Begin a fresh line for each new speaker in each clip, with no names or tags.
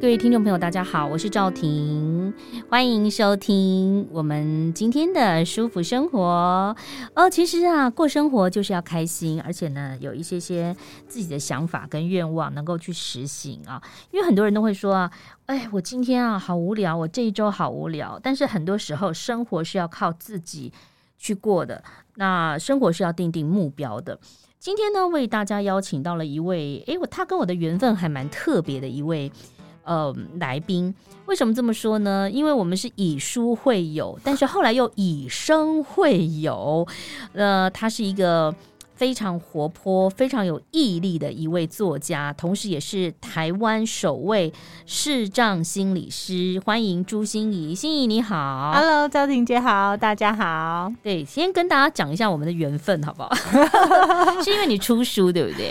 各位听众朋友，大家好，我是赵婷，欢迎收听我们今天的舒服生活。哦，其实啊，过生活就是要开心，而且呢，有一些些自己的想法跟愿望能够去实行啊。因为很多人都会说啊，哎，我今天啊好无聊，我这一周好无聊。但是很多时候，生活是要靠自己去过的，那生活是要定定目标的。今天呢，为大家邀请到了一位，诶，我他跟我的缘分还蛮特别的一位。呃，来宾为什么这么说呢？因为我们是以书会友，但是后来又以生会友。呃，他是一个非常活泼、非常有毅力的一位作家，同时也是台湾首位视障心理师。欢迎朱心怡，心怡你好
，Hello，赵婷姐好，大家好。
对，先跟大家讲一下我们的缘分好不 好？是因为你出书对不对？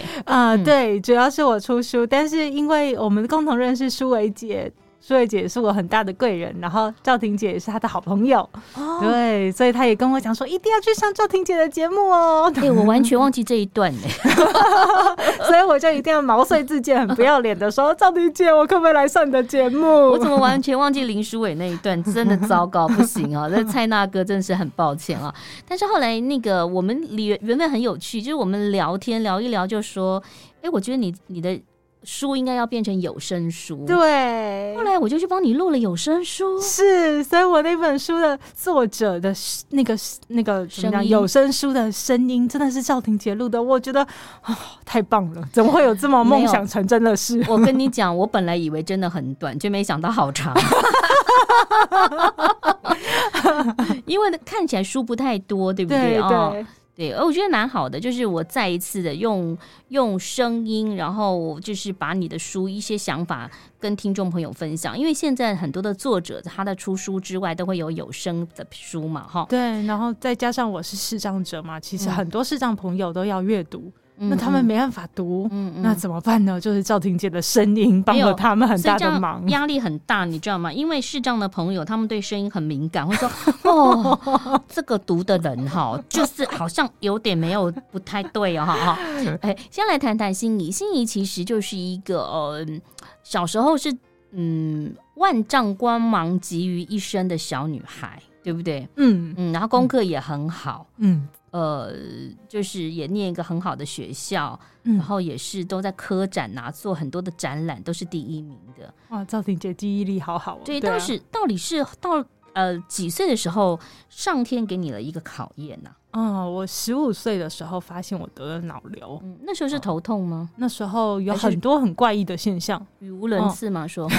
嗯
啊、呃，对，主要是我出书，但是因为我们共同认识舒维姐，舒维姐是我很大的贵人，然后赵婷姐也是她的好朋友，哦、对，所以她也跟我讲说一定要去上赵婷姐的节目 哦。
哎、欸，我完全忘记这一段呢、
欸，所以我就一定要毛遂自荐，很不要脸的说赵婷姐，我可不可以来上你的节目？
我怎么完全忘记林书伟那一段？真的糟糕，不行啊！那蔡纳哥真的是很抱歉啊。但是后来那个我们原原本很有趣，就是我们聊天聊一聊，就说，哎、欸，我觉得你你的。书应该要变成有声书，
对。
后来我就去帮你录了有声 书，
是，所以我那本书的作者的那个那个怎么样，有声书的声音真的是赵婷杰录的，我觉得、哦、太棒了， 怎么会有这么梦想成真的事？
我跟你讲，我本来以为真的很短，却没想到好长。 因为看起来书不太多，对不
对？哦
对。对对，而我觉得蛮好的，就是我再一次的用用声音，然后就是把你的书一些想法跟听众朋友分享，因为现在很多的作者他的出书之外都会有有声的书嘛，哈。
对，然后再加上我是视障者嘛，其实很多视障朋友都要阅读。嗯那他们没办法读，嗯嗯、那怎么办呢？就是赵婷姐的声音帮了他们很大的忙，
压力很大，你知道吗？因为视障的朋友，他们对声音很敏感，会说 哦，这个读的人哈，就是好像有点没有不太对哦，哈 哈。哎，先来谈谈心仪，心仪其实就是一个呃，小时候是嗯万丈光芒集于一身的小女孩，对不对？
嗯
嗯，然后功课也很好，
嗯。
呃，就是也念一个很好的学校，嗯、然后也是都在科展呐、啊，做很多的展览，都是第一名的。
哇，赵婷姐记忆力好好哦。
对，
对啊、
当时到底是到呃几岁的时候，上天给你了一个考验呐、啊？
哦，我十五岁的时候发现我得了脑瘤，
嗯，那时候是头痛吗？
哦、那时候有很多很怪异的现象，
语无伦次嘛，哦、说话。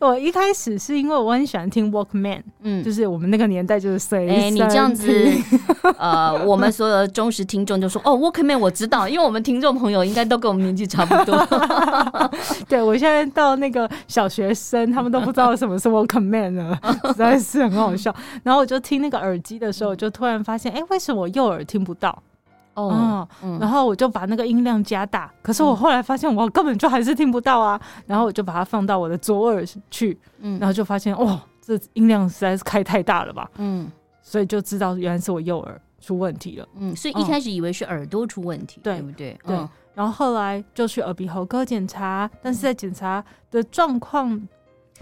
我一开始是因为我很喜欢听 Walkman，嗯，就是我们那个年代就是随
哎、欸，你这样子， 呃，我们所有的忠实听众就说哦，Walkman 我知道，因为我们听众朋友应该都跟我们年纪差不多。
对，我现在到那个小学生，他们都不知道什么是 Walkman 了，实在是很好笑。然后我就听那个耳机的时候，我就突然发现。哎，为什么我右耳听不到？
嗯哦，嗯、
然后我就把那个音量加大，可是我后来发现我根本就还是听不到啊。嗯、然后我就把它放到我的左耳去，嗯，然后就发现哇、哦，这音量实在是开太大了吧，
嗯，
所以就知道原来是我右耳出问题了，
嗯，所以一开始以为是耳朵出问题，嗯、
对
不对？
对，然后后来就去耳鼻喉科检查，但是在检查的状况。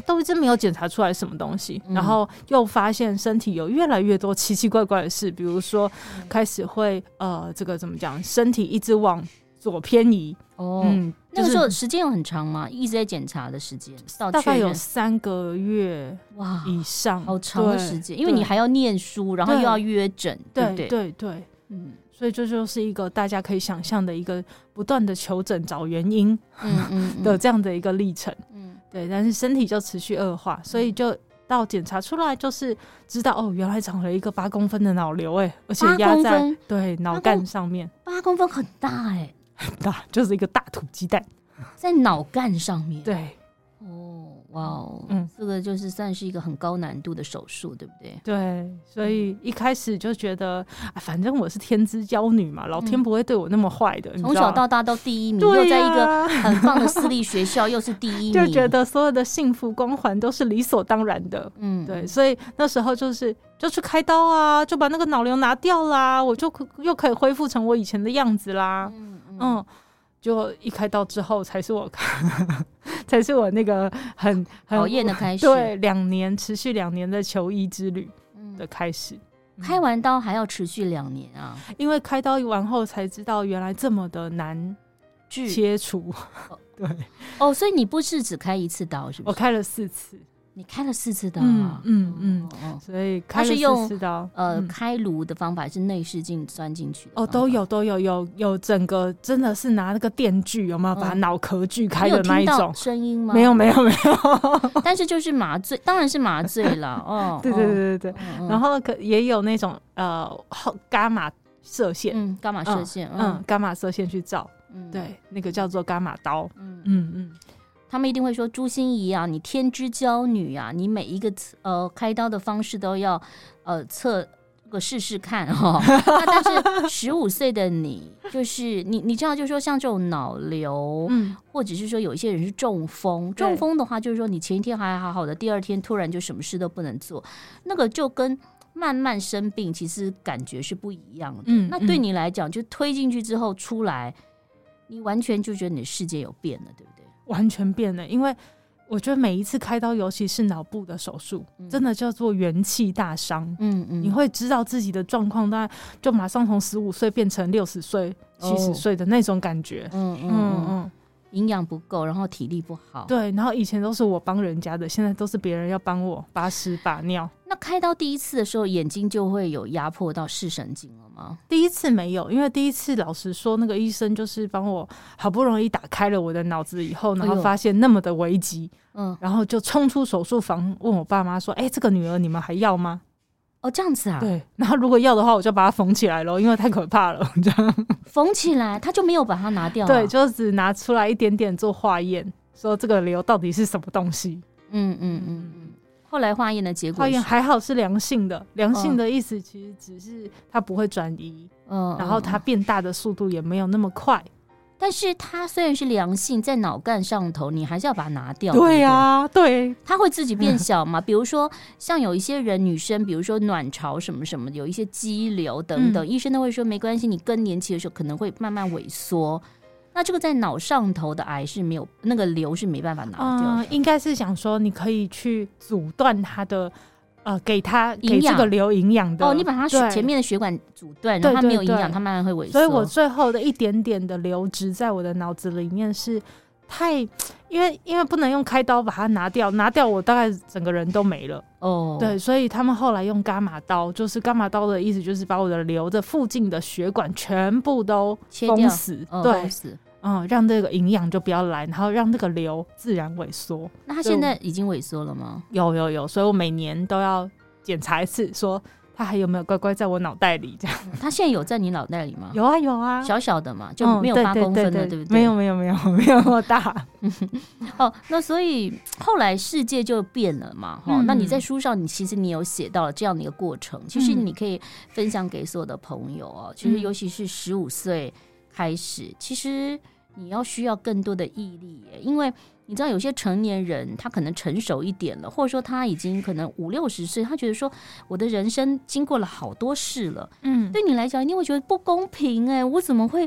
都一直没有检查出来什么东西，嗯、然后又发现身体有越来越多奇奇怪怪的事，比如说开始会呃，这个怎么讲，身体一直往左偏移。
哦，嗯、那个时候时间有很长吗？一直在检查的时间，
大概有三个月
哇
以上，
哦好长的时间，因为你还要念书，然后又要约诊，对
对对对， 嗯。所以这就是一个大家可以想象的一个不断的求诊找原因，
嗯嗯
的这样的一个历程，嗯，对。但是身体就持续恶化，所以就到检查出来就是知道哦，原来长了一个八公分的脑瘤，哎，而且压在对脑干上面，
八公分很大哎、欸，
很大，就是一个大土鸡蛋
在脑干上面，
对。
哦，哇哦，
嗯
这个就是算是一个很高难度的手术，对不对？
对，所以一开始就觉得，啊、反正我是天之娇女嘛，老天不会对我那么坏的。你知
从小
道
到
啊
大都第一名，又
对
在一个
呀
很棒的私立学校，又是 第一名，
就觉得所有的幸福光环都是理所当然的。
嗯，
对，所以那时候就是就去开刀啊，就把那个脑瘤拿掉啦，我就可又可以恢复成我以前的样子啦。
嗯嗯
嗯，就一开刀之后才是我， 才是我那个很很
讨厌的开始，
对两年持续两年的求医之旅
嗯
的开始。
开完刀还要持续两年啊，
因为开刀完后才知道原来这么的难
剧
切除，对
哦，所以你不是只开一次刀，是不
我
是？
开了四次，
你开了四次刀
嗯
啊，
嗯嗯，
嗯，
所以
它
开
是
了
用
四次刀，
呃，
嗯
开颅的方法是内视镜钻进去的
哦，
方法
都。有都有有有，整个真的是拿那个电锯有没有把
嗯
脑壳锯开
你有
的那
听
一
到
种？
声音吗？哦
没有，没有没有，
但是就是麻醉，当然是麻醉了。哦
，对对对对对。
嗯，嗯
然后可也有那种呃后伽马射线，
嗯，伽马射线，
嗯，
嗯
伽马射线去照，
嗯，
对，那个叫做伽马刀，
嗯，
嗯嗯，
他们一定会说朱心怡啊，你天之娇女啊，你每一个刺呃开刀的方式都要呃测这个试试看 哦。那但是十五岁的你，就是你你知道，就是说像这种脑瘤，
嗯，
或者是说有一些人是中风，
对
中风的话就是说你前一天还好好的，第二天突然就什么事都不能做，那个就跟慢慢生病其实感觉是不一样的。
嗯
那对
嗯
你来讲，就推进去之后出来，你完全就觉得你的世界有变了，对不对？
完全变了，因为我觉得每一次开刀，尤其是脑部的手术，
嗯
真的叫做元气大伤。
嗯嗯，
你会知道自己的状况，大概就马上从十五岁变成六十岁、七
哦
十岁的那种感觉。
嗯嗯
嗯
嗯，
嗯，
营养不够，然后体力不好。，
对。然后以前都是我帮人家的，现在都是别人要帮我把屎把尿。
那开刀第一次的时候，眼睛就会有压迫到视神经了吗？
第一次没有，因为第一次老实说，那个医生就是帮我好不容易打开了我的脑子以后，然
哎
后
呦
发现那么的危急，
嗯，
然后就冲出手术房问我爸妈说：“哎、这个女儿你们还要吗？”
哦，这样子啊，
对，然后如果要的话，我就把它缝起来咯，因为太可怕了。这样
缝起来，他就没有把它拿掉啊。
对，就只拿出来一点点做化验，说这个瘤到底是什么东西。
嗯嗯嗯嗯。后来化验的结果是，
化验还好是良性的，良性
嗯
的意思其实只是它不会转移，
嗯，
然后
嗯
它，变大的速度也没有那么快。
但是它虽然是良性，在脑干上头，你还是要把它拿掉。
对
呀、
呀、对，
它会自己变小 嘛？比如说，像有一些人女生，比如说卵巢什么什么，有一些肌瘤等
嗯
等，医生都会说没关系，你更年期的时候可能会慢慢萎缩。那这个在脑上头的癌是没有，那个瘤是没办法拿掉
嗯
的。，
应该是想说你可以去阻断它的，呃，给它
营
给这
养
个瘤营养的。
哦，你把它
对
前面的血管阻断，
对
然后它没有
对
营养，
对
它慢慢会萎缩。
所以我最后的一点点的留植在我的脑子里面是太，因为因为不能用开刀把它拿掉，拿掉我大概整个人都没了。
哦，
对，所以他们后来用伽马刀，就是伽马刀的意思就是把我的瘤的附近的血管全部都
切掉
封死，
嗯，
对
冻，死
嗯，让这个营养就不要来，然后让这个瘤自然萎缩。
那它
所
现
以我
在已经萎缩了吗？
有有有，所以我每年都要检查一次，说它还有没有乖乖在我脑袋里这样。
它现在有在你脑袋里吗？
有啊有啊。
小小的嘛，就
嗯
没有
对
八
对
公
对
分的，
对
不对？
没有没有没有没有那么大。
哦，那所以后来世界就变了嘛，哈、
嗯
那你在书上，你其实你有写到了这样的一个过程，其实
嗯
你可以分享给所有的朋友哦。其实
嗯
尤其是十五岁开始，其实你要需要更多的毅力耶，因为你知道有些成年人他可能成熟一点了，或者说他已经可能五六十岁，他觉得说我的人生经过了好多事了。
嗯，
对你来讲，一定会觉得不公平哎、我怎么会？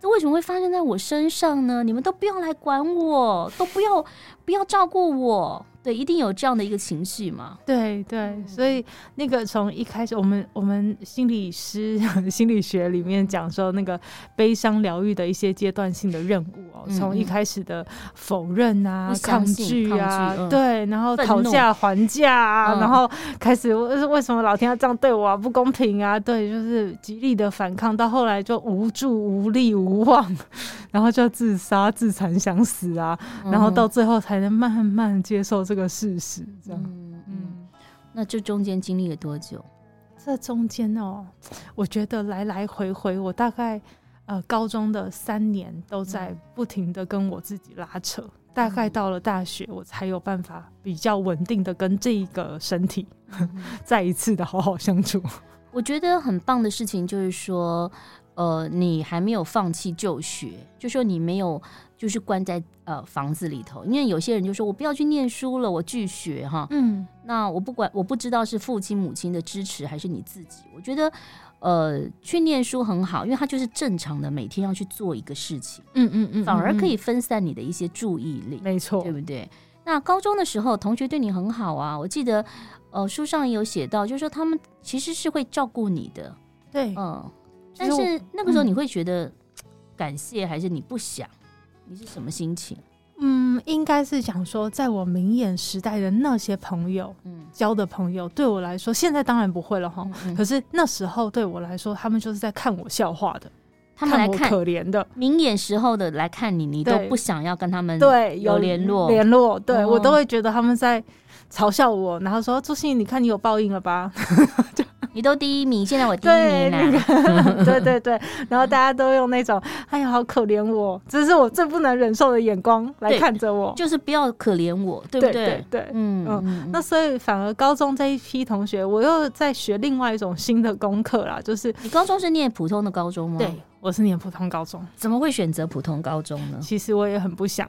这为什么会发生在我身上呢？你们都不要来管我，都不要不要照顾我，对，一定有这样的一个情绪嘛。
对
嗯
对，所以那个从一开始，我们我们心理师 心理学里面讲说，那个悲伤疗愈的一些阶段性的任务哦，
嗯
从一
嗯
开始的否认啊
不、相
抗
信
拒啊
抗，拒嗯
对，然后
愤
讨
怒
价还价啊，
嗯
然后开始为为什么老天要这样对我啊，不公平啊，对，就是极力的反抗，到后来就无助、无力、无望， 然后就自杀、自残、想死啊，然
嗯
后到最后才能慢慢接受这个事实，这样，
嗯嗯，
嗯
那这中间经历了多久？
这中间哦，我觉得来来回回，我大概呃高中的三年都在
嗯
不停的跟我自己拉扯，大概到了大学，我才有办法比较稳定的跟这个身体 再一次的好好相处。
我觉得很棒的事情就是说，呃，你还没有放弃就学，就说你没有就是关在呃房子里头，因为有些人就说我不要去念书了，我拒学哈。
嗯，
那我不管，我不知道是父亲母亲的支持还是你自己，我觉得。呃，去念书很好，因为它就是正常的，每天要去做一个事情，
嗯嗯嗯，
反而可以分散你的一些注意力。
没错
对，不对？那高中的时候，同学对你很好啊。我记得，呃，书上也有写到，就是说他们其实是会照顾你的，
对
嗯、
其
但
实我
是那个时候
嗯
你会觉得嘖感谢，还是你不想？你是什么心情？
嗯，应该是想说，在我明眼时代的那些朋友
嗯，
交的朋友，对我来说，现在当然不会了哈。
嗯嗯
可是那时候对我来说，他们就是在看我笑话的，
他们来
我
看
可怜的，
明眼时候的来看你，你都
对
不想要跟他们
对，
有联络
联络，对、
哦
我都会觉得他们在嘲笑我，然后说朱信，你看你有报应了吧？
你都第一名，现在我第一名
对，那
啦。
个，对对对，然后大家都用那种“哎呀，好可怜我”，这是我最不能忍受的眼光来
对
看着我，
就是不要可怜我，对不
对对对。
嗯
嗯
嗯，
那所以反而高中这一批同学，我又在学另外一种新的功课啦，就是
你高中是念普通的高中吗？，
我是念普通高中，
怎么会选择普通高中 呢？
其实我也很 不想，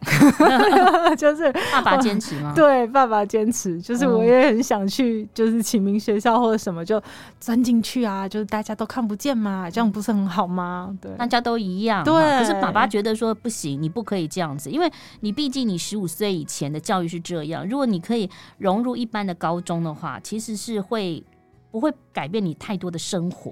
就是
爸爸坚持吗？
对爸爸坚持，就是
嗯
我也很想去，就是启明学校或者什么就钻进去啊，就是大家都看不见嘛，这样不是很好吗？对，
大家都一样嘛，啊
对
可是爸爸觉得说不行，你不可以这样子，因为你毕竟你十五岁以前的教育是这样。如果你可以融入一般的高中的话，其实是会不会改变你太多的生活？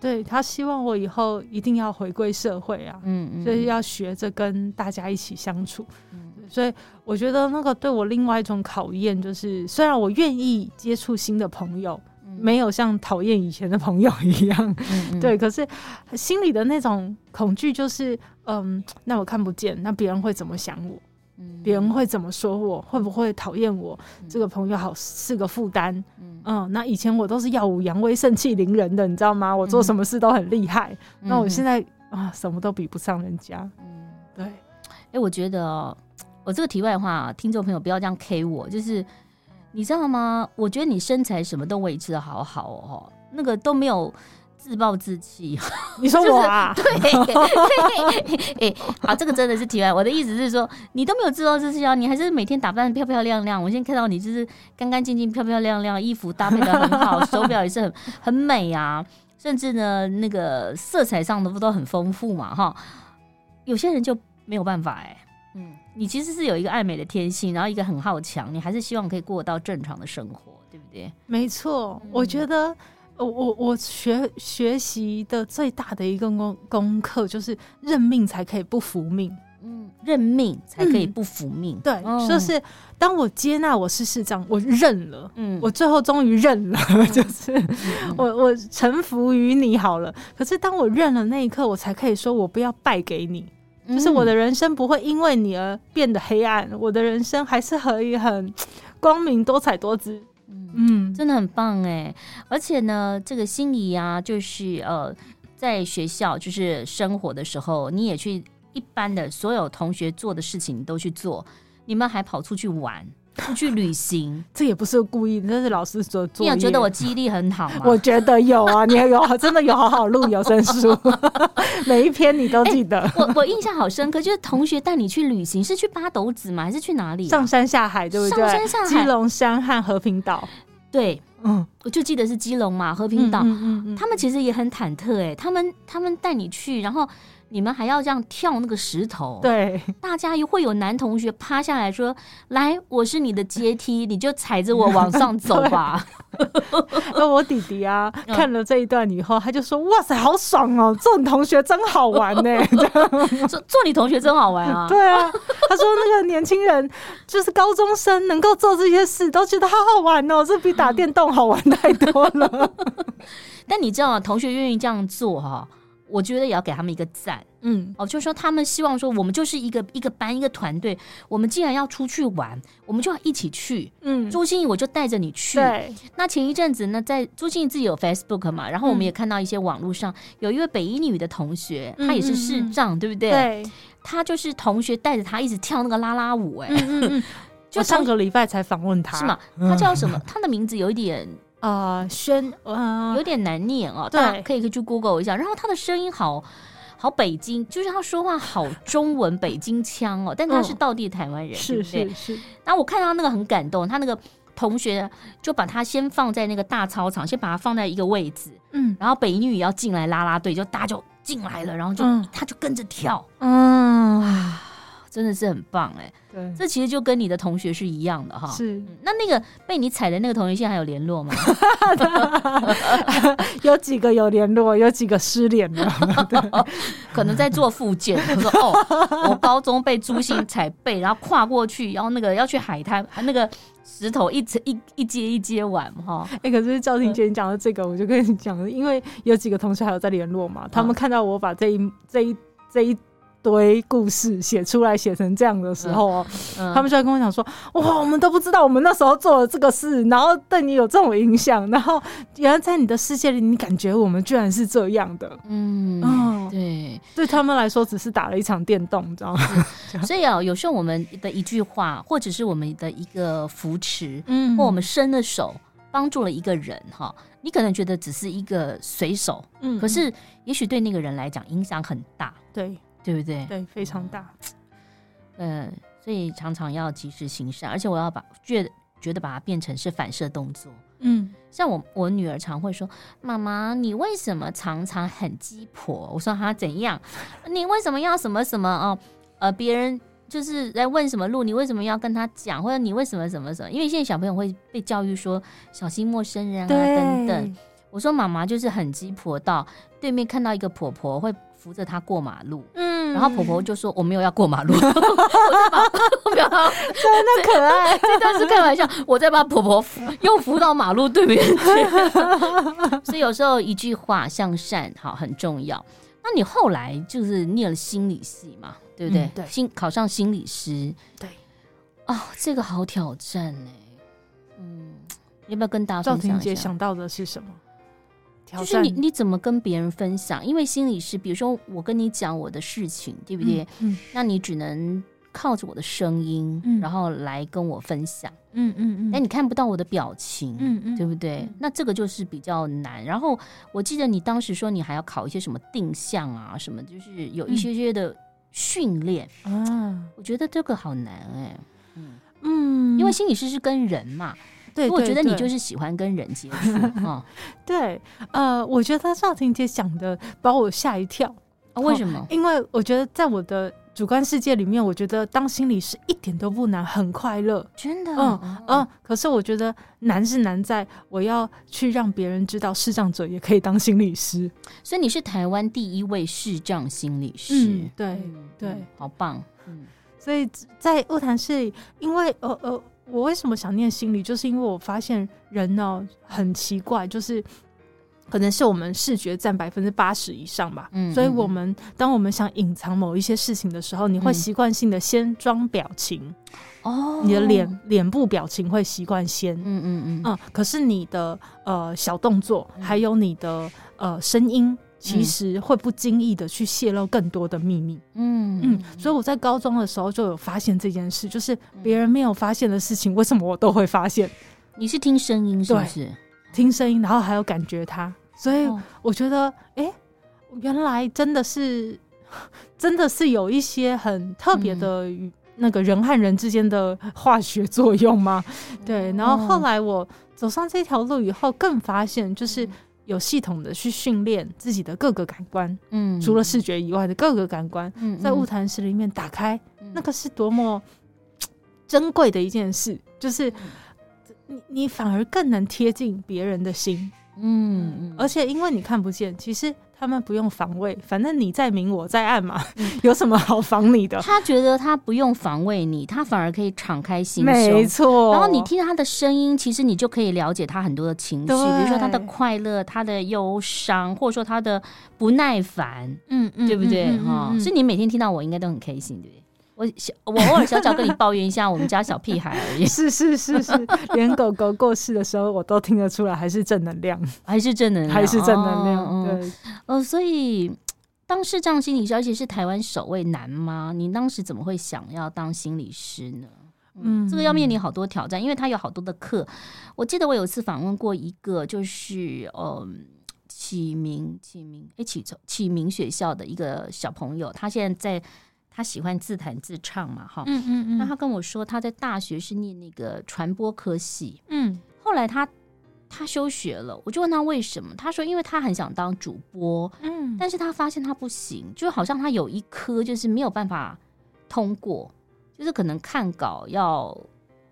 对他希望我以后一定要回归社会啊，
嗯嗯，
所以要学着跟大家一起相处。
嗯
所以我觉得那个对我另外一种考验，就是虽然我愿意接触新的朋友，
嗯
没有像讨厌以前的朋友一样，
嗯嗯
对，可是心里的那种恐惧就是，嗯，那我看不见，那别人会怎么想我？
嗯
别人会怎么说我？会不会讨厌我？
嗯
这个朋友好是个负担。
嗯
嗯，那以前我都是耀武扬威、盛气凌人的，你知道吗？
嗯
我做什么事都很厉害。那我现在啊，什么都比不上人家。
嗯
对，
哎、我觉得哦，我这个题外话啊，听众朋友不要这样 K 我，就是你知道吗？我觉得你身材什么都维持的好好哦，那个都没有自暴自弃。
你说我啊？
对，哎、好，这个真的是题外。我的意思是说，你都没有自暴自弃啊，你还是每天打扮得漂漂亮亮。我现在看到你就是干干净净、漂漂亮亮，衣服搭配的很好，手表也是很很美啊， 甚至呢，那个色彩上的都很丰富嘛，哈。有些人就没有办法哎、嗯，你其实是有一个爱美的天性，然后一个很好强，你还是希望可以过到正常的生活，对不对？
没错，
嗯
我觉得呃我我学学习的最大的一个功功课就是认命才可以不服命。
嗯，认命才可以
嗯
不服命。
对，
嗯
就是当我接纳我是市长，我认了。
嗯
我最后终于认了， 就是
嗯
我我臣服于你好了。可是当我认了那一刻，我才可以说我不要败给你，就是
嗯
我的人生不会因为你而变得黑暗，我的人生还是可以很光明、多彩多姿。
嗯
嗯，
真的很棒哎！而且呢，这个心仪啊，就是呃，在学校就是生活的时候，你也去一般的所有同学做的事情你都去做，你们还跑出去玩、出去旅行。
这也不是故意，这是老师所 作
你
业。
有觉得我记忆力很 好吗？
我觉得有啊，你有真的有好好录有声书， 每一篇你都
哎
记得，
我我印象好深刻，就是同学带你去旅行，是去八斗子吗？还是去哪里啊、
上山下海，对不对？
上山下海
基隆山和和平岛，
对，
嗯，
我就记得是基隆嘛，和平岛。
嗯嗯嗯嗯
他们其实也很忐忑哎，他们他们带你去，然后你们还要这样跳那个石头，
对，
大家也会有男同学趴下来说：“来，我是你的阶 梯，你就踩着我往上走吧。
那我弟弟啊，
嗯
看了这一段以后，他就说：“哇塞，好爽哦！这种同学真好玩 呢、
做做你同学真好玩啊！
对啊，他说那个年轻人就是高中生，能够做这些事，都觉得好好玩哦，这比打电动好玩太多 了。
但你知道啊，同学愿意这样做哈、我觉得也要给他们一个赞
嗯，
哦，就是说他们希望说，我们就是一个一个班一个团队，我们既然要出去玩，我们就要一起去。
嗯
朱心怡，我就带着你去。
对，
那前一阵子呢，在朱静自己有 Facebook 嘛，然后我
嗯
们也看到一些网络上、有一位北医女的同学，
嗯
她也是视障，对不对？
对，
他就是同学带着他一直跳那个啦啦舞、哎、
嗯 嗯嗯，
就
我上
同
个礼拜才访问他，
是吗？？他叫什
嗯
么？他的名字有一点
呃，宣呃
有，点难念哦，
对
大家可以去 Google 一下。然后他的声音好好北京，就是他说话好中文北京腔哦，但他是
嗯
道地台湾人，对
是
不对
是是，
然后我看到那个很感动，他那个同学就把他先放在那个大操场，先把他放在一个位置，
嗯
然后北一女也要进来啦啦队，就大家就进来了，然后就、
嗯
他就跟着跳，
嗯，
真的是很棒哎、
对，
啊这其实就跟你的同学是一样的哈。
嗯是
嗯那那个被你踩的那个同学现在还有联络吗？
有几个有联络，有几个失联了，
可能在做复 健。我说哦，我高中被朱信踩背，然后跨过去，然后那个要去海滩，啊那个石头一层一一阶一阶玩哈。
哎、可是赵婷姐，你讲到这个，我就跟你讲，因为有几个同学还有在联络嘛，他们
嗯
看到我把这一这一这一堆故事写出来，写成这样的时候哦，
嗯
他们就在跟我讲说，哇，我们都不知道我们那时候做了这个事，然后对你有这种影响，然后原来在你的世界里，你感觉我们居然是这样的，
嗯。
嗯，
对，
对他们来说只是打了一场电动，你知道吗？
所以啊，有时候我们的一句话，或者是我们的一个扶持，
嗯
或我们伸的手，帮助了一个人哈，你可能觉得只是一个随手，
嗯
可是也许对那个人来讲影响很大，
对
对不对？
对非常大，
嗯，所以常常要及时行善，而且我要把觉觉得把它变成是反射动作。
嗯
像我，我女儿常会说：“妈妈，你为什么常常很鸡婆？”我说：“她怎样？ 你为什么要什么什么哦？呃，别人就是在问什么路，你为什么要跟他讲，或者你为什么什么什么？因为现在小朋友会被教育说小心陌生
嗯
人啊等等。，我说：“妈妈就是很鸡婆到对面看到一个婆婆会扶着她过马路，
嗯
然后婆婆就说：“我没有要过 马路。”我再把 我表达
真的可 爱，
这段是开玩笑，我再把婆婆扶又扶到马路对面去。 所以有时候一句话向善好很重要。那你后来就是念了心理系嘛，对不对？
嗯对
心考上心理师，
对
哦，这个好挑战呢、嗯，要不要跟大家
赵
分
婷
享
姐
一下？
想到的是什么？挑
就是
战
你你怎么跟别人分享？因为心理师，比如说我跟你讲我的事情，对不对？
嗯
那你只能靠着我的声音，
嗯
然后来跟我分享。
嗯嗯
但你看不到我的表情，
嗯嗯
对不对？
嗯
那这个就是比较难。然后我记得你当时说你还要考一些什么定向啊，什么就是
嗯
有一些些的训练，
啊，
我觉得这个好难哎、
嗯
因为心理师是跟人嘛，
对，
我觉得你
是。对
就是喜欢跟人接触 啊、
对，呃，我觉得赵婷姐讲的把我吓一跳，
啊为什么？
因为我觉得在我的主观世界里面，我觉得当心理师一点都不难，很快乐。
真的，哦
嗯嗯、可是我觉得难是难在我要去让别人知道，视障者也可以当心理师。
所以你是台湾第一位视障心理师，
嗯对
嗯
对
嗯好棒，嗯
所以在物谈室里，因为呃呃，我为什么想念心理，就是因为我发现人呢、很奇怪，就是可能是我们视觉占百分之八十以上吧，
嗯
所以我们当我们想隐藏某一些事情的时候，你会
嗯
习惯性的先装表情，
哦，
你的脸，脸部表情会习惯先。嗯
嗯嗯嗯，
可是你的呃小动作，
嗯
还有你的呃声音，其实会不经意的去泄露更多的秘密。
嗯嗯
嗯，所以我在高中的时候就有发现这件事，就是别人没有发现的事情，为什么我都会发现？
你是听声音是不
对
是？
听声音，然后还有感觉它，所以
哦
我觉得，哎、原来真的是， 真的是有一些很特别
嗯
的与那个人和人之间的化学作用吗？对，然后
哦
后来我走上这条路以后，更发现就是
嗯
有系统的去训练自己的各个感官，
嗯
除了视觉以外的各个感官，
嗯
在物谈室里面打开。那
那
个是多么珍贵的一件事，就是你你反而更能贴近别人的心，
嗯，嗯
而且因为你看不见，其实他们不用防卫，反正你在明，我在暗嘛， 有什么好防你的？
他觉得他不用防卫你，他反而可以敞开心
没
胸。
错，
然后你听他的声音，其实你就可以了解他很多的情绪，比
对
如说他的快乐、他的忧伤，或者说他的不耐烦，
嗯，嗯
对不对？
嗯嗯
哈、
嗯
所以你每天听到我，应该都很开心，对不对？我 小我偶尔小小跟你抱怨一下我们家小屁孩而已，
是是是是， 连狗狗过世的时候，我都听得 出来，还是正能量，
还是正能量，
还是正能量。
哦哦
对，
哦，所以当视障心理师，而且是台湾首位男吗？你当时怎么会想要当心理师呢？
嗯
这个要面临好多挑战，因为他有好多的课。我记得我有一次访问过一个，就是嗯，启明启明哎启启明学校的一个小朋友，他现在在他喜欢自弹自唱嘛，哈、
嗯嗯
那
嗯
他跟我说他在大学是念那个传播科系，
嗯
后来他他休学了，我就问他为什么，他说因为他很想当主播，
嗯，
但是他发现他不行，就好像他有一科就是没有办法通过，就是可能看稿要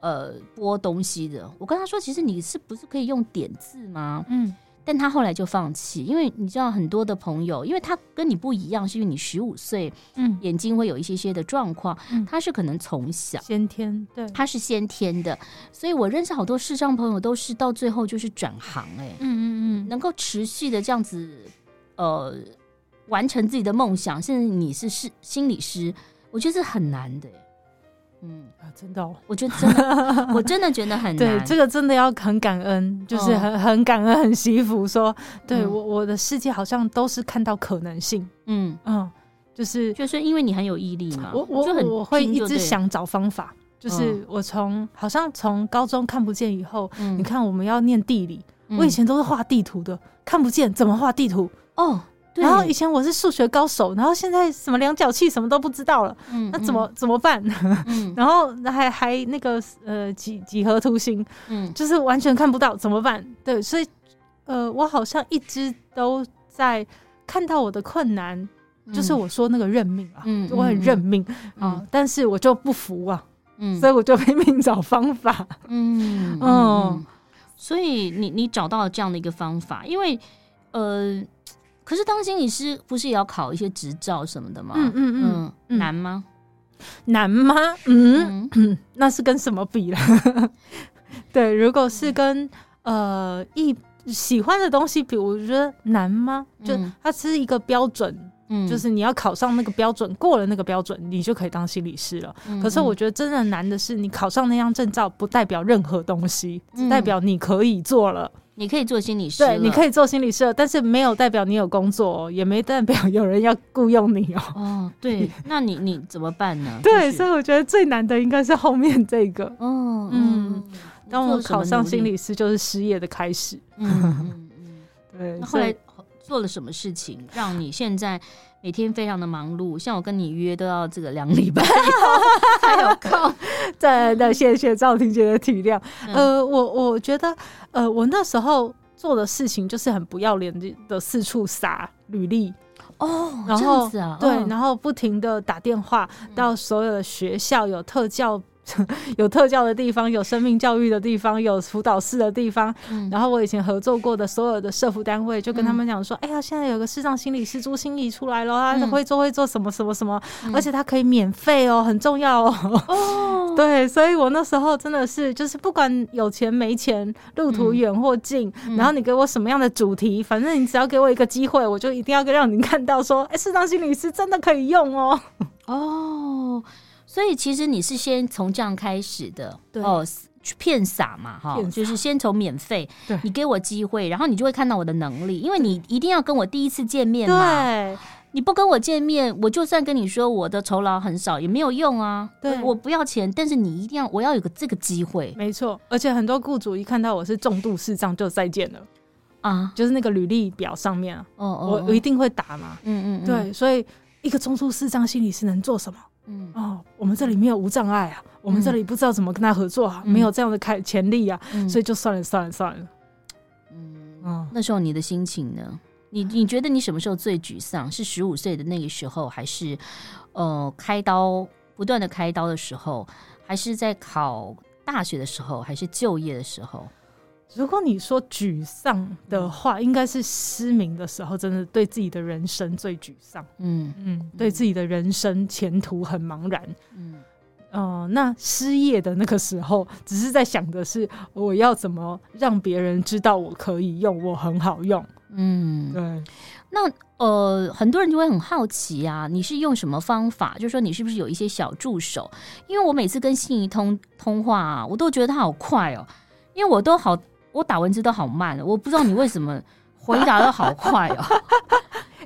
呃播东西的。我跟他说，其实你是不是可以用点字吗？
嗯
但他后来就放弃，因为你知道很多的朋友，因为他跟你不一样，是因为你十五岁
嗯，
眼睛会有一些些的状况，
嗯
他是可能从小。
先天对，
他是先天的，所以我认识好多视障朋友都是到最后就是转行、欸，
嗯嗯嗯，
能够持续的这样子，呃，完成自己的梦想，甚至你是是心理师，我觉得是很难的耶。欸嗯，
啊，真的哦。
我觉得真 的，我真的觉得很
对
难。，
这个真的要很感恩，就是很、很感恩，很惜福说。对、
嗯
我我的世界好像都是看到可能性，
嗯，
嗯，就是
就是因为你很有毅力嘛，
我
啊就
我
很
我会
拼
一
就
直
对了，
想找方法，就是
嗯
我从好像从高中看不见以后，
嗯
你看我们要念地理，
嗯
我以前都是画地图的，看不见怎么画地图？
哦，对，
然后以前我是数学高手，然后现在什么量角器什么都不知道了，
嗯
那怎么、怎么办？
嗯
然后还还那个呃几几何图形，
嗯
就是完全看不到，怎么办？对，所以呃，我好像一直都在看到我的困难，
嗯，
就是我说那个认命啊，
嗯
我很认命
嗯
啊、但是我就不服啊，
嗯
所以我就拼命找方法。
嗯
嗯
嗯，所以你你找到了这样的一个方法，因为呃，可是当心理师不是也要考一些执照什么的吗？
嗯嗯嗯，
嗯，难吗？
难吗？嗯，
嗯
那是跟什么比了？ 对，如果是跟呃一喜欢的东西比，我觉得难吗？就
嗯
它是一个标准，
嗯
就是你要考上那个标准，过了那个标准，你就可以当心理师了。
嗯
可是我觉得真的难的是，你考上那张证照不代表任何东西，只代表你可以做了。
你可以做心理嗯师了，
对，你可以做心理师了，但是没有代表你有工作、哦，也没代表有人要雇佣 你哦。
哦， 对，那你你怎么办呢？
对，
就是
所以我觉得最难的应该是后面这个。
哦
嗯
嗯，你
当我
做什么
考上
努力
心，理师，就是失业的开始。
嗯 嗯嗯，
对，
那后
所以
来做了什么事情让你现在？每天非常的忙碌，像我跟你约都要这个两礼拜才有空。
真的谢谢赵婷姐的体谅。
嗯
呃，我我觉得，呃，我那时候做的事情就是很不要脸的的四处撒履历，
哦，
然
这
后
样子啊，
对，
嗯
然后不停的打电话到所有的学校，有特教。 有特教的地方，有生命教育的地方，有辅导室的地方。
嗯
然后我以前合作过的所有的社服单位，就跟他们讲说：“哎呀，现在有个视障心理师朱心理出来了，他
嗯
会做会做什么什么什么，
嗯
而且他可以免费哦，很重要哦。”
哦，
对，所以我那时候真的是，就是不管有钱没钱，路途
嗯
远或近，然后你给我什么样的主题，反正你只要给我一个机会，我就一定要让你看到说，哎、视障心理师真的可以用哦。
哦，所以其实你是先从这样开始的，
对
哦，去骗傻嘛，哈
骗，傻
就是先从免费
对，
你给我机会，然后你就会看到我的能力，因为你一定要跟我第一次见面嘛，
对，
你不跟我见面，我就算跟你说我的酬劳很少也没有用啊，
对
我不要钱，但是你一定要，我要有个这个机会
没错。而且很多雇主一看到我是重度视障就再见了，
啊，
就是那个履历表上面啊，
哦哦，
嗯我我一定会打嘛。
嗯嗯，嗯，
对，所以一个重度视障心理师能做什么？
嗯
哦，我们这里没有无障碍啊，我们这里不知道怎么跟他合作啊，
嗯
没有这样的开潜力啊，
嗯，
所
以
以就算了算了算了。
嗯。
嗯，
那时候你的心情呢？你你觉得你什么时候最沮丧？是十五岁的那个时候，还是呃开刀不断的开刀的时候，还是在考大学的时候，还是就业的时候？
如果你说沮丧的话，应该是失明的时候，真的对自己的人生最沮丧。
嗯
嗯，对自己的人生前途很茫然。
嗯
呃，那失业的那个时候，只是在想的是我要怎么让别人知道我可以用，我很好用。
嗯，
对，
呃，很多人就会很好奇啊，你是用什么方法？就是说你是不是有一些小助手？因为我每次跟心仪通通话啊，我都觉得他好快哦，因为我都 好，我打文字都好慢，我不知道你为什么回答的好快哦。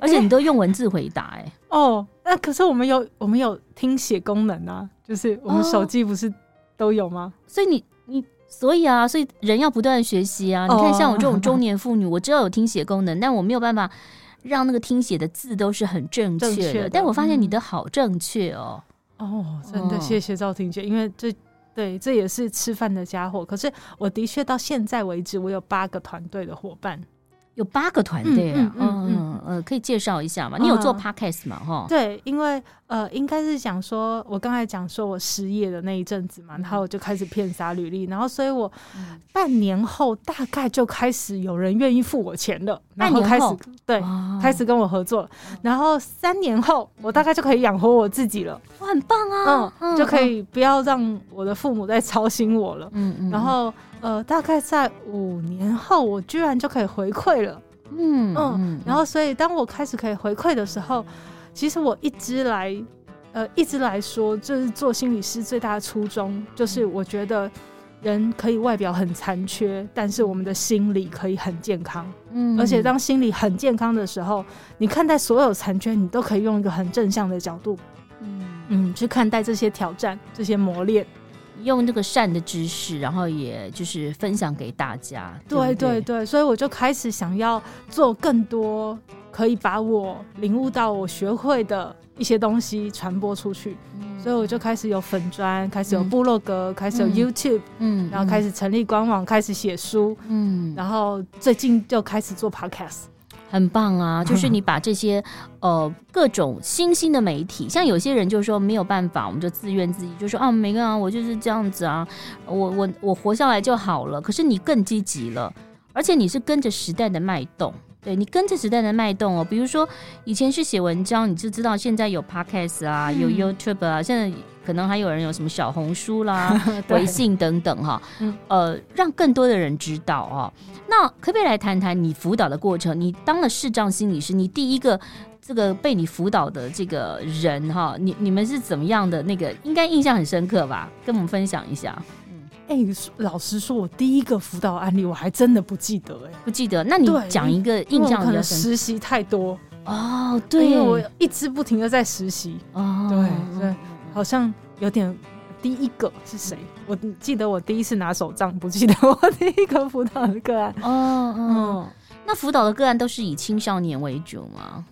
而且你都用文字回答、哎、
哦，那可是我们有我们有听写功能啊，就是我们
哦
手机不是都有吗？
所以你你所以啊，所以人要不断地学习啊。你看，
哦
像我这种中年妇女，我知道有听写功能，但我没有办法让那个听写的字都是很正确的。
正确的
但我发现
嗯
你的好正确哦，
哦，真的
哦
谢谢赵婷姐，因为这对这也是吃饭的家伙。可是我的确到现在为止，我有八个团队的伙伴。
有八个团队啊，
嗯嗯嗯
嗯呃，可以介绍一下吗？你有做
嗯
podcast 吗？哦哈，
对，因为呃，应该是讲说，我刚才讲说我失业的那一阵子嘛，然后我就开始骗撒履历，然后所以我半年后大概就开始有人愿意付我钱了，然后哦嗯
半年
开始
后
对。
哇
开始跟我合作了，然后三年后我大概就可以养活我自己了，
哇，很棒
嗯
啊，，
就可，以不要让我的父母再操心我了。
嗯嗯，
然后呃，大概在五年后，我居然就可以回馈了。
嗯
嗯，然后所以当我开始可以回馈的时候，其实我一直来，呃，一直来说，就是做心理师最大的初衷，就是
嗯
我觉得人可以外表很残缺，但是我们的心理可以很健康。
嗯
而且当心理很健康的时候，你看待所有残缺，你都可以用一个很正向的角度，
嗯
嗯，去看待这些挑战、这些磨练。
用这个善的知识，然后也就是分享给大家。
对
不对
对对，所以我就开始想要做更多可以把我领悟到、我学会的一些东西传播出去，
嗯
所以我就开始有粉砖，开始有
嗯
部落格，开始有
嗯
YouTube，、
嗯
然后开，始成立官网，开始写书，
嗯，
然后最近就开始做 Podcast。
很棒啊！就是你把这些呃各种新兴的媒体，像有些人就说没有办法，我们就自怨自艾，就说啊没办法，我就是这样子啊，我我我活下来就好了。可是你更积极了，而且你是跟着时代的脉动。对你跟着时代的脉动哦，比如说以前是写文章，你就知道现在有 podcast 啊，有
嗯
YouTube 啊，现在可能还有人有什么小红书啦、
对
微信等等哈、
嗯
呃，让更多的人知道哦。那可不可以来谈谈你辅导的过程？你当了视障心理师，你第一个这个被你辅导的这个人哈、你你们是怎么样的？那个应该印象很深刻吧？跟我们分享一下。
哎、老实说，我第一个辅导案例我还真的不记得哎、
不记得？那你
对
讲一个
因
印
为我
象
可
比较
能
深刻
实习太多，
哦，
因
对，
为我一直不停的在实习，
哦，
对对好像有点。第一个是谁？我记得我第一次拿手杖，不记得我第一个辅导的个案。
哦哦。
嗯，
那辅导的个案都是以青少年为主吗？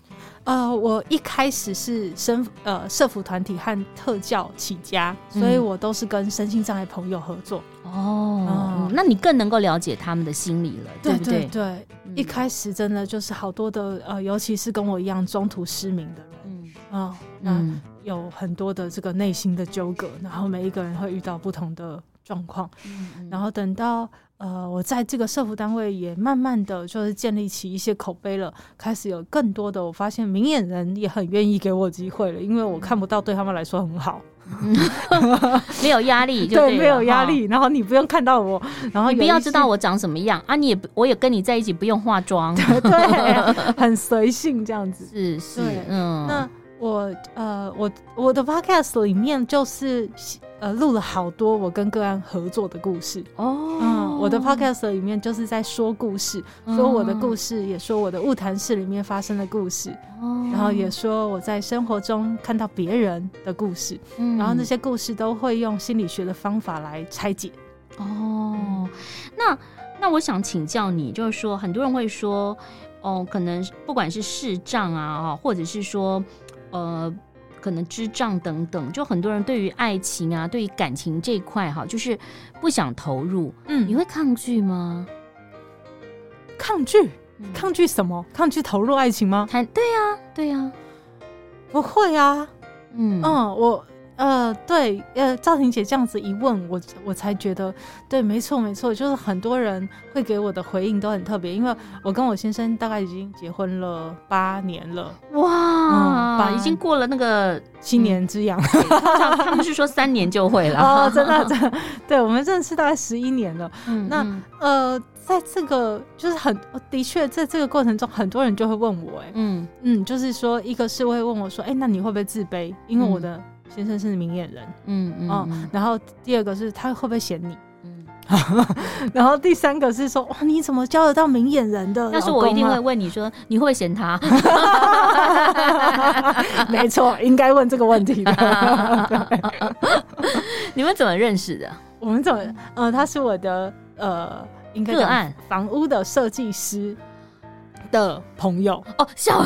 呃，我一开始是身呃社服团体和特教起家，
嗯
所以我都是跟身心障碍朋友合作。
哦，嗯那你更能够了解他们的心理了，不
对对，
嗯
一开始真的就是好多的呃，尤其是跟我一样中途失明的人，
嗯
嗯，那
嗯
有很多的这个内心的纠葛，然后每一个人会遇到不同的状况。
嗯
然后等到呃，我在这个社服单位也慢慢的就是建立起一些口碑了，开始有更多的我发现明眼人也很愿意给我机会了，因为我看不
嗯
到对他们来说很好，
没有压力就对了，
没有压
哈
力，然后你不用看到我，然后
你不
有一
要知道
些。
我长什么样啊！你也不我也跟你在一起，不用化妆。
对，很随性这样子。
是是
对，
嗯，
那我呃，我我的 podcast 里面就是呃录了好多我跟个案合作的故事。
哦，嗯
嗯，我的 podcast 里面就是在说故事，说我的故
事，
事，也说我的物谈室里面发生的故事，
哦
然后也，说我在生活中看到别人的故事，然后那
嗯
些故事都会用心理学的方法来拆解。
哦，那那我想请教你，就是说，很多人会说，哦，可能不管是视障啊，哦或者是说，呃，可能智障等等，就很多人对于爱情啊，对于感情这一块哈，就是不想投入，
嗯
你会抗拒吗？
抗拒
嗯
抗拒什么？抗拒投入爱情吗？
谈对呀、对呀、
不会啊，
嗯
嗯，我呃对呃，赵婷姐这样子一问，我我才觉得对，没错没错，就是很多人会给我的回应都很特别，因为我跟我先生大概已经结婚了八年了，嗯
哇，
把
已经过了那 个，
七年之痒。
通常他们是说三年就会了。
哦，真的，真的，对我们认识大概十一年了。
嗯
那
嗯
呃，在这个就是很的确，在这个过程中，很多人就会问我、哎，
嗯
嗯，就是说，一个是会问我说，哎、那你会不会自卑？因为我的先生是明眼人，
嗯嗯
哦
嗯
然后第二个是他会不会嫌你？
嗯
然后第三个是说，哇，你怎么交得到明眼人的、
嗯
啊
要是我一定会，问你说，你会不会嫌 他？
没错，应该问这个问题 的。
你们怎么认识的？
我们怎么，呃，他是我的呃，应该
个
讲
案
房屋的设计师的朋友，
哦，笑，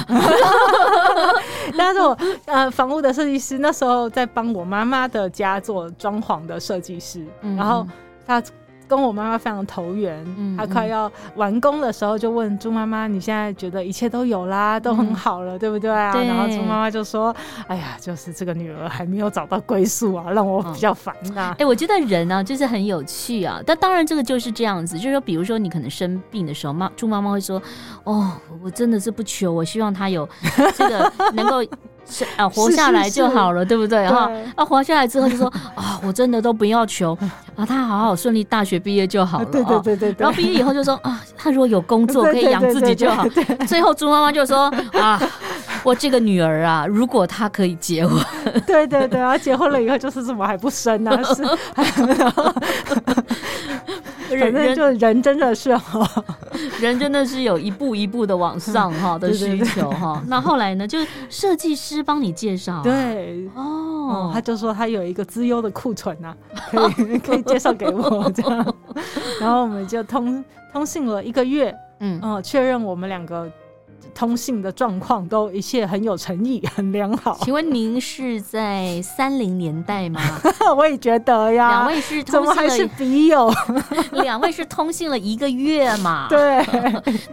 但是我呃，房屋的设计师那时候在帮我妈妈的家做装潢的设计师，
嗯
然后他跟我妈妈非常投缘，
嗯
他快要完工的时候就问猪妈妈：“你现在觉得一切都有啦，都很好了，对不对啊？”
嗯对
然后猪妈妈就说：“哎呀，就是这个女儿还没有找到归宿啊，让我比较烦啊呐、
哎、我觉得人呢、就是很有趣啊。但当然，这个就是这样子，就是说，比如说你可能生病的时候，妈猪妈妈会说：“哦，我真的是不求，我希望他有这个 能够是啊活
是
下
是
来就是好了，对不对？哈
对，
啊活下来之后就说啊、我真的都不要 求啊，他好好顺利大学毕业就好了。
啊 对对
哦
对对对
然后毕业以后就说啊，他如果有工作可
对
以
对
养
对
自己
对
就好。
对对
最后猪妈妈就说啊，我这个女儿啊，如果她可以结婚，
对对对，然后结婚了以后就是怎么还不生 呢、是，反正就人真的是哦哈，
哦人真的是有一步一步的往上哈的
对对
需
对
求 哈。那后来呢，就是设计师帮你介绍、啊，
对，哦，
哦
他，就说他有一个资优的库存呐、可以 可以介绍给我这样， 然后我们就通通信了一个月，
嗯，
嗯、确认我们两个通信的状况都一切很有诚意， 很良好。
请问您是在三零年代 吗？
我也觉得
两
呀，
位是
啊怎
通
么还是
信
笔友？
了，两位是通信了一个月嘛？。
对，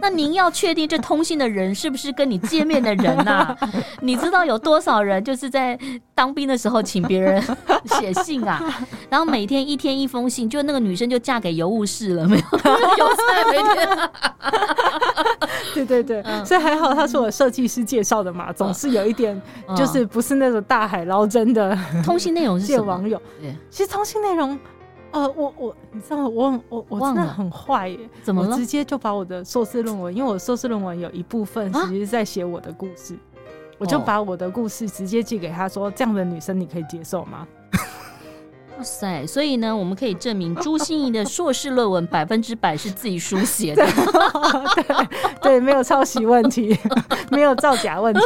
那您要确定这通信的人是不是跟你见面的人 呐、你知道有多少人就是在当兵的时候请别人写信 啊，然后每天一天一封信，就那个女生就嫁给邮务室了没 有？邮差每天
对对对，所以还好他是我设计师介绍的嘛，总是有一点
嗯
就是不是那种大海捞针的
通信内容 是
借
什么
网？友。
对，
其实通信内容，呃，我我你知道我我我
忘
真的
了
很坏耶，
怎么
我
了
直？接就把我的硕士论文，因为我硕士论文有一部分
啊
其实是在写我的故事，我就
哦
把我的故事直接寄给他说，这样的女生你可以接受吗？
哇塞！所以呢，我们可以证明朱心怡的硕士论文百分之百是自己书写的。
对，没有抄袭问题，没有造假问 题，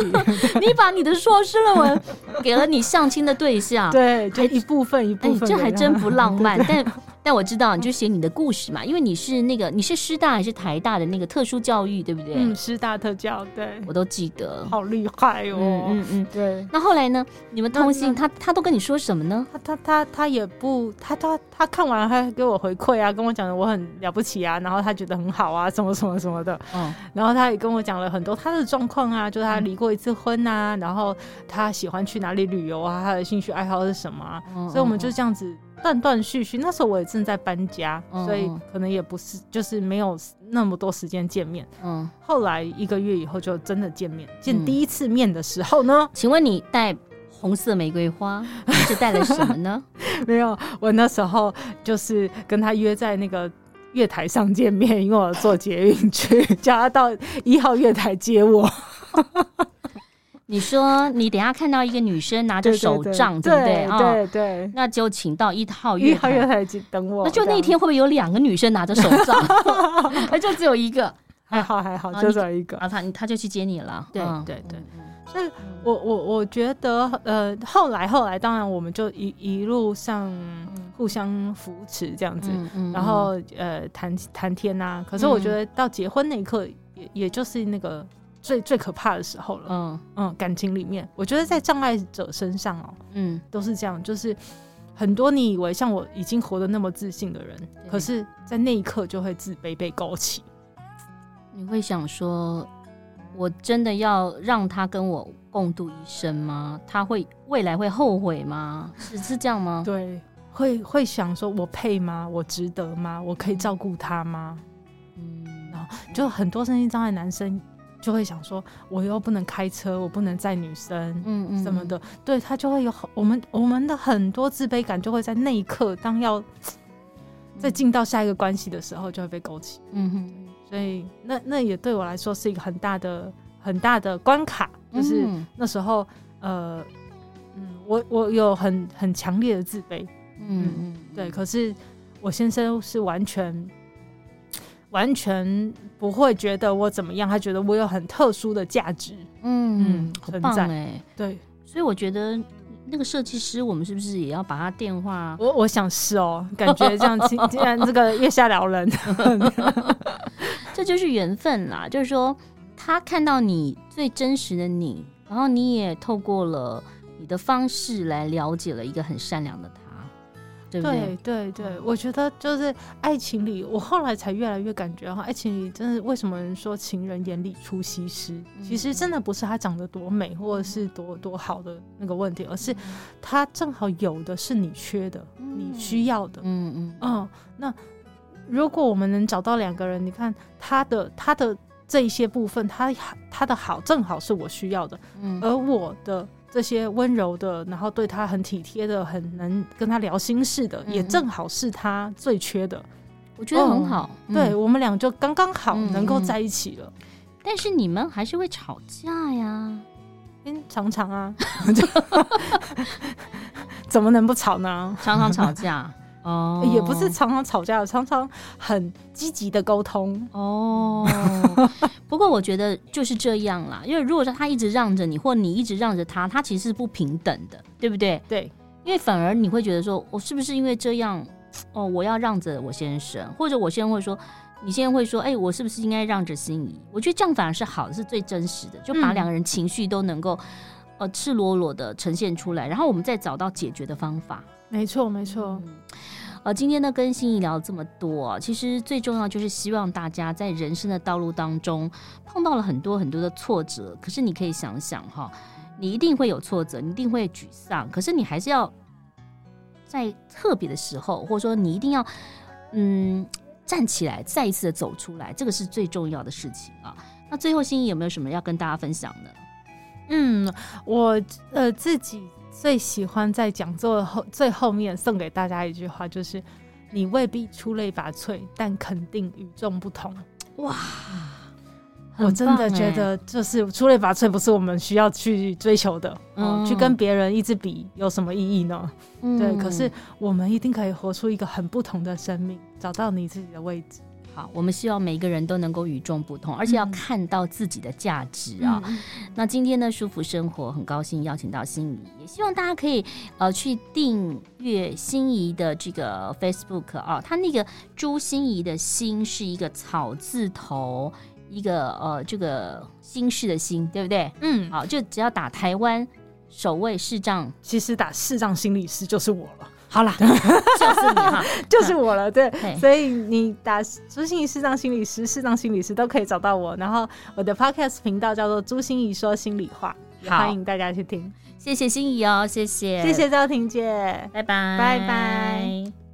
你把你的硕士论文 给了你相亲的对象，
对，就
还
一部分一
哎
部，分给
这
他。
还真不浪 漫。但但我知道，你就写你的故事嘛，因为你是那个你是师大还是台大的那个特殊教育，对不对？
嗯，师大特教，对，
我都记得。
好厉害哦。
嗯嗯嗯。
对，
那后来呢？你们通信，
那
他他都跟你说什么呢？
他他他他也不，他他他看完还给我回馈啊，跟我讲的我很了不起啊，然后他觉得很好啊，什么什么什么的，
嗯，
然后他也跟我讲了很多他的状 况啊，就是他离过一次婚啊，然后他喜欢去哪里旅游啊，他的兴趣爱好是什么
嗯
啊，
哦
所以我们就这样子断断续续。那时候我也正在搬家，
嗯
所以
嗯
可能也不是就是没有那么多时间见面。
嗯。
后来一个月以后就真的见面，
嗯
见第一次面的时候呢，
请问你带红色玫瑰花是带了什么呢？
没有，我那时候就是跟他约在那个。月台上见面，因为我坐捷运去，叫他到一号月台接我。
你说你等一下看到一个女生拿着手杖，
对
不对
对
啊？
对对，
那就请到一号
一
月
号
台。
月台机等我。
那就
这样
那天会不会有两个女生拿着手 杖？那就只有一个，
还哎好还好
啊，
就
你
只有一个。
啊，他他就去接你了。
对
嗯
对对，所以我我我觉得呃，后来后来，当然我们就一一路上互相扶持这样子，
嗯嗯
然后呃谈谈天呐、可是我觉得到结婚那一刻，也也就是那个最最可怕的时候了。
嗯
嗯，感情里面，我觉得在障碍者身上哦，
嗯，
都是这样，就是很多你以为像我已经活得那么自信的人，可是，在那一刻就会自卑被勾起。
你会想说，我真的要让他跟我共度一生吗？他会未来会后悔吗？是是这样吗？
对，会会想说，我配吗？我值得吗？我可以照顾他吗？
嗯
然后就很多身心障碍男生就会想说，我又不能开车，我不能载女生。
嗯
什么的，对他就会有很我们我们的很多自卑感，就会在那一刻，当要
嗯
再进到下一个关系的时候，就会被勾起。
嗯哼，
所以那那也对我来说是一个很大的很大的关卡，就是
嗯
那时候呃嗯，我我有很很强烈的自卑，
嗯嗯，
对，可是我我先生是完全完全不会觉得我怎么样，他觉得我有很特殊的价值。
嗯
嗯，
很棒
存在
哎。
对
所以我觉得那个设计师，我们是不是也要把他电话？
我，我想是哦，感觉这样，既 既然这个月下撩人，
这就是缘分啦，就是说他看到你最真实的你，然后你也透过了你的方式来了解了一个很善良的他，对嗯不对？
对对对，我觉得就是爱情里，我后来才越来越感觉哈，爱情里真的为什么人说情人眼里出西施？
嗯
其实真的不是他长得多美或者是多多好的那个问题，而
嗯
是他正好有的是你缺的，你需要的。
嗯嗯
嗯，那如果我们能找到两个人，你看他的他的这一些部分，他他的好正好是我需要的，
嗯
而我的这些温柔的，然后对他很体贴的，很能跟他聊心事的，
嗯
也正好是他最缺的。
我觉得很好。嗯
哦对，我们俩就刚刚好
嗯
能够
嗯
在一起了。
但是你们还是会吵架呀。
嗯，常常啊， 怎么能不吵呢？
常常吵 架哦，
也不是常常吵架，常常很积极的沟通。
哦。 不过我觉得就是这样啦，因为如果说他一直让着你，或你一直让着他，他其实是不平等的，对不对？
对，
因为反而你会觉得说，哦我是不是因为这样，哦，我要让着我先生，或者我先生会说。你先生会说：“哎、我是不是应该让着心仪？”我觉得这样反而是好的，是最真实的，就把
嗯
两个人情绪都能够，呃，赤裸裸的呈现出来，然后我们再找到解决的方法。
没错，没错。
呃，今天呢跟心仪聊了这么多啊，其实最重要就是希望大家在人生的道路当中碰到了很多很多的挫折，可是你可以想想哈，你一定会有挫折，你一定会沮丧，可是你还是要在特别的时候，或者说你一定要嗯站起来，再一次的走出来，这个是最重要的事情啊。那最后，心仪有没有什么要跟大家分享呢？
嗯，我呃自己最喜欢在讲座后最后面送给大家一句话，就是你未必出类拔萃，但肯定与众不同。
哇，
我真
欸
的觉得，就是出类拔萃不是我们需要去追求的，嗯，
嗯
去跟别人一直比有什么意义呢？
嗯
对，可是我们一定可以活出一个很不同的生命，找到你自己的位置
好，我们希望每一个人都能够与众不同，而且要
嗯
看到自己的价值啊。
嗯
那今天呢，舒服生活很高兴邀请到心仪，也希望大家可以呃去订阅心仪的这个 Facebook 啊，它那个朱心仪的心是一个草字头，一个呃这个心事的心，对不对？
嗯，
好，就只要打台湾首位视障，
其实打视障心理师就是我了，
好啦，就是你哈，
就是我了，对。
对
所以你打朱心怡视障心理师、视障心理师都可以找到我。然后我的 podcast 频道叫做朱心怡说心里话，也
好
欢迎大家去听。
谢谢心仪哦，谢谢，
谢，谢赵婷姐。
拜拜，
拜拜。